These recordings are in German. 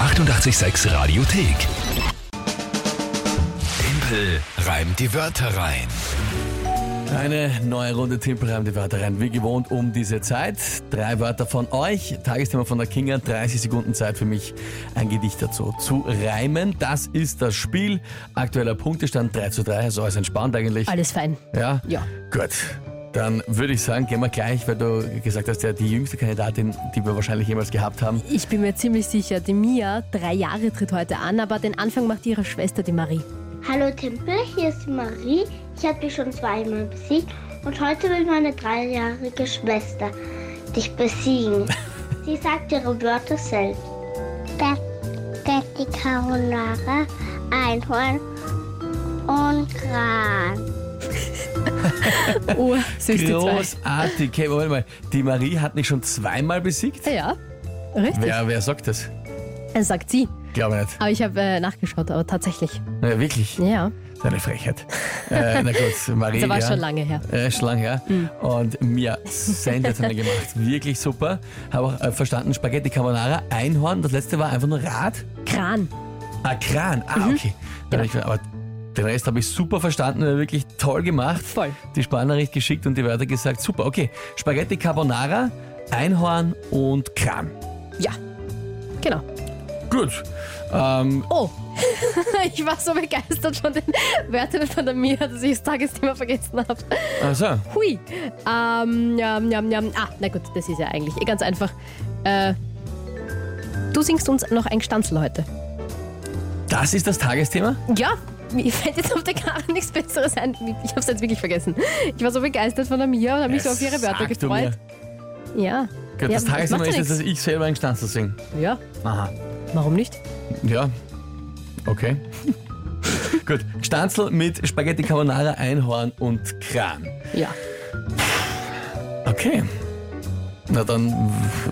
886 Radiothek. Tempel reimt die Wörter rein. Eine neue Runde Timpelreim, die Wörter rein. Wie gewohnt um diese Zeit. Drei Wörter von euch. Tagesthema von der Kinga. 30 Sekunden Zeit für mich, ein Gedicht dazu zu reimen. Das ist das Spiel. Aktueller Punktestand 3 zu 3. Also alles entspannt eigentlich. Alles fein. Ja? Ja. Gut. Dann würde ich sagen, gehen wir gleich, weil du gesagt hast, ja, die jüngste Kandidatin, die wir wahrscheinlich jemals gehabt haben. Ich bin mir ziemlich sicher, die Mia, drei Jahre, tritt heute an, aber den Anfang macht ihre Schwester, die Marie. Hallo Tempel, hier ist die Marie. Ich habe dich schon zweimal besiegt und heute will meine dreijährige Schwester dich besiegen. Sie sagt ihre Wörter selbst. Das, das die Carbonara, Einhorn und Kran. Oh, süß die Großartig. Okay, Moment mal. Die Marie hat mich schon zweimal besiegt? zwei. Ja, richtig. Wer, wer sagt das? Das sagt sie. Glaube nicht. Aber ich habe äh, nachgeschaut, aber tatsächlich. Na, wirklich. Ja, Seine Frechheit. äh, na gut, Marie. das Also war ja. schon lange Mhm. her. Äh, schon lange her. Und mir sensationell gemacht. Wirklich super. Habe auch äh, verstanden, Spaghetti Carbonara, Einhorn. Das letzte war einfach nur Rad. Kran. Ah, Kran. Ah, Mhm. okay. Dann hab ich, Genau. aber den Rest habe ich super verstanden. Wirklich toll gemacht. Voll. Die Sprachnachricht geschickt und die Wörter gesagt. Super, okay. Spaghetti Carbonara, Einhorn und Kran. Ja, genau. Gut. Ähm, Oh, ich war so begeistert von den Wörtern von der Mia, dass ich das Tagesthema vergessen habe. also, Hui. Ähm, jam, jam, jam. Ah, na gut, das ist ja eigentlich eh ganz einfach. Äh, du singst uns noch ein Gestanzel heute. das ist das Tagesthema. Ja, mir fällt jetzt auf der Karte nichts Besseres ein. Ich habe es jetzt wirklich vergessen. Ich war so begeistert von der Mia und habe mich so auf ihre Wörter Sag du mir. gefreut. Ja. Gut, ja, das Tagesthema macht ist ja jetzt, dass ich selber einen Stanzel singe. nichts. Ja, Aha. warum nicht? Ja. Okay. Gut. Stanzel mit Spaghetti Carbonara, Einhorn und Kran. Ja. Okay. Na dann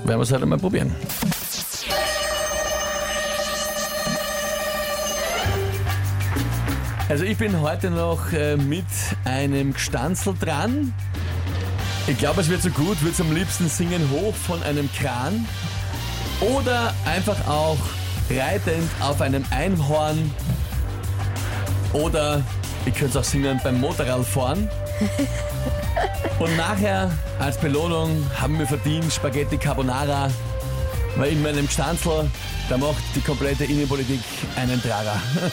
werden wir es halt einmal probieren. Also ich bin heute noch äh, mit einem Gstanzl dran. Ich glaube, es wird so gut, würde am liebsten singen hoch von einem Kran oder einfach auch reitend auf einem Einhorn oder ich könnte es auch singen beim Motorrad fahren. Und nachher als Belohnung haben wir verdient Spaghetti Carbonara, weil in meinem Gstanzl, da macht die komplette Innenpolitik einen Trager. Ja,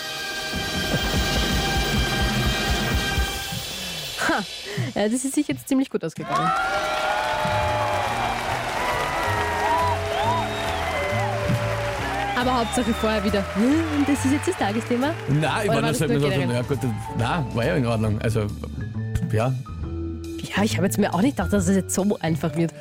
Äh, das ist sich jetzt ziemlich gut ausgegangen. Aber Hauptsache vorher wieder. "Hm, Und das ist jetzt das Tagesthema. Na, ich Oder war war nur das selber nur so, generell? ja gut, na, war ja in Ordnung. Also, ja. Ja, ich habe jetzt mir auch nicht gedacht, dass es jetzt so einfach wird.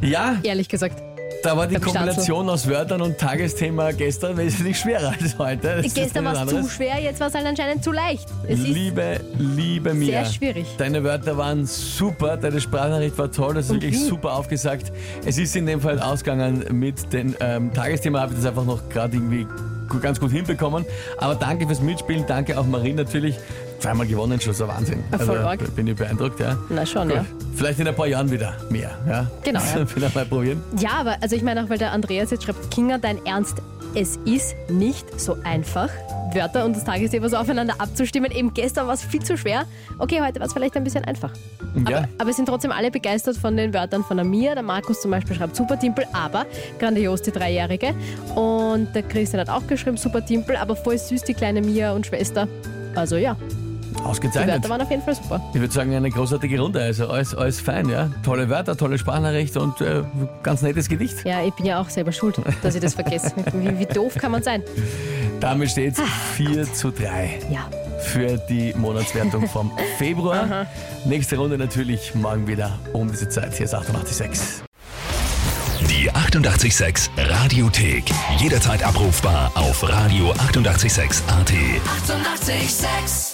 Ja, Ehrlich gesagt. da war die beim Kombination aus Wörtern und Tagesthema gestern wesentlich schwerer als heute. Das ist Gestern was war es zu anderes. schwer, jetzt war es halt anscheinend zu leicht. Es ist Liebe, liebe Mia. sehr schwierig. Deine Wörter waren super, deine Sprachnachricht war toll, das ist Und wirklich wie? super aufgesagt. Es ist in dem Fall ausgegangen mit dem ähm, Tagesthema, habe ich das einfach noch gerade irgendwie gu- ganz gut hinbekommen. Aber danke fürs Mitspielen, danke auch Marie natürlich. Zweimal gewonnen schon, so Wahnsinn. Ja, voll arg. b- bin ich beeindruckt, ja. Na schon, Gut. ja. Vielleicht in ein paar Jahren wieder mehr, ja. Genau, ja. Vielleicht mal probieren. Ja, aber also ich meine auch, weil der Andreas jetzt schreibt, Kinga, dein Ernst, es ist nicht so einfach, Wörter und das Tagesthema so aufeinander abzustimmen. Eben gestern war es viel zu schwer. Okay, heute war es vielleicht ein bisschen einfach. Ja. Aber, aber es sind trotzdem alle begeistert von den Wörtern von der Mia. Der Markus zum Beispiel schreibt Super Timpel, aber grandios die Dreijährige. Und der Christian hat auch geschrieben Super Timpel, aber voll süß die kleine Mia und Schwester. Also ja, die Ausgezeichnet. Wörter waren auf jeden Fall super. Ich würde sagen, eine großartige Runde, also alles, alles fein, ja. Tolle Wörter, tolle Sprachnachricht und äh, ganz nettes Gedicht. Ja, ich bin ja auch selber schuld, dass ich das vergesse. Wie, wie doof kann man sein? Damit steht es 4 zu 3. Ja. für die Monatswertung vom Februar. Nächste Runde natürlich morgen wieder um diese Zeit. Hier ist 886. Die 886 Radiothek. Jederzeit abrufbar auf radio886.at. 886! 886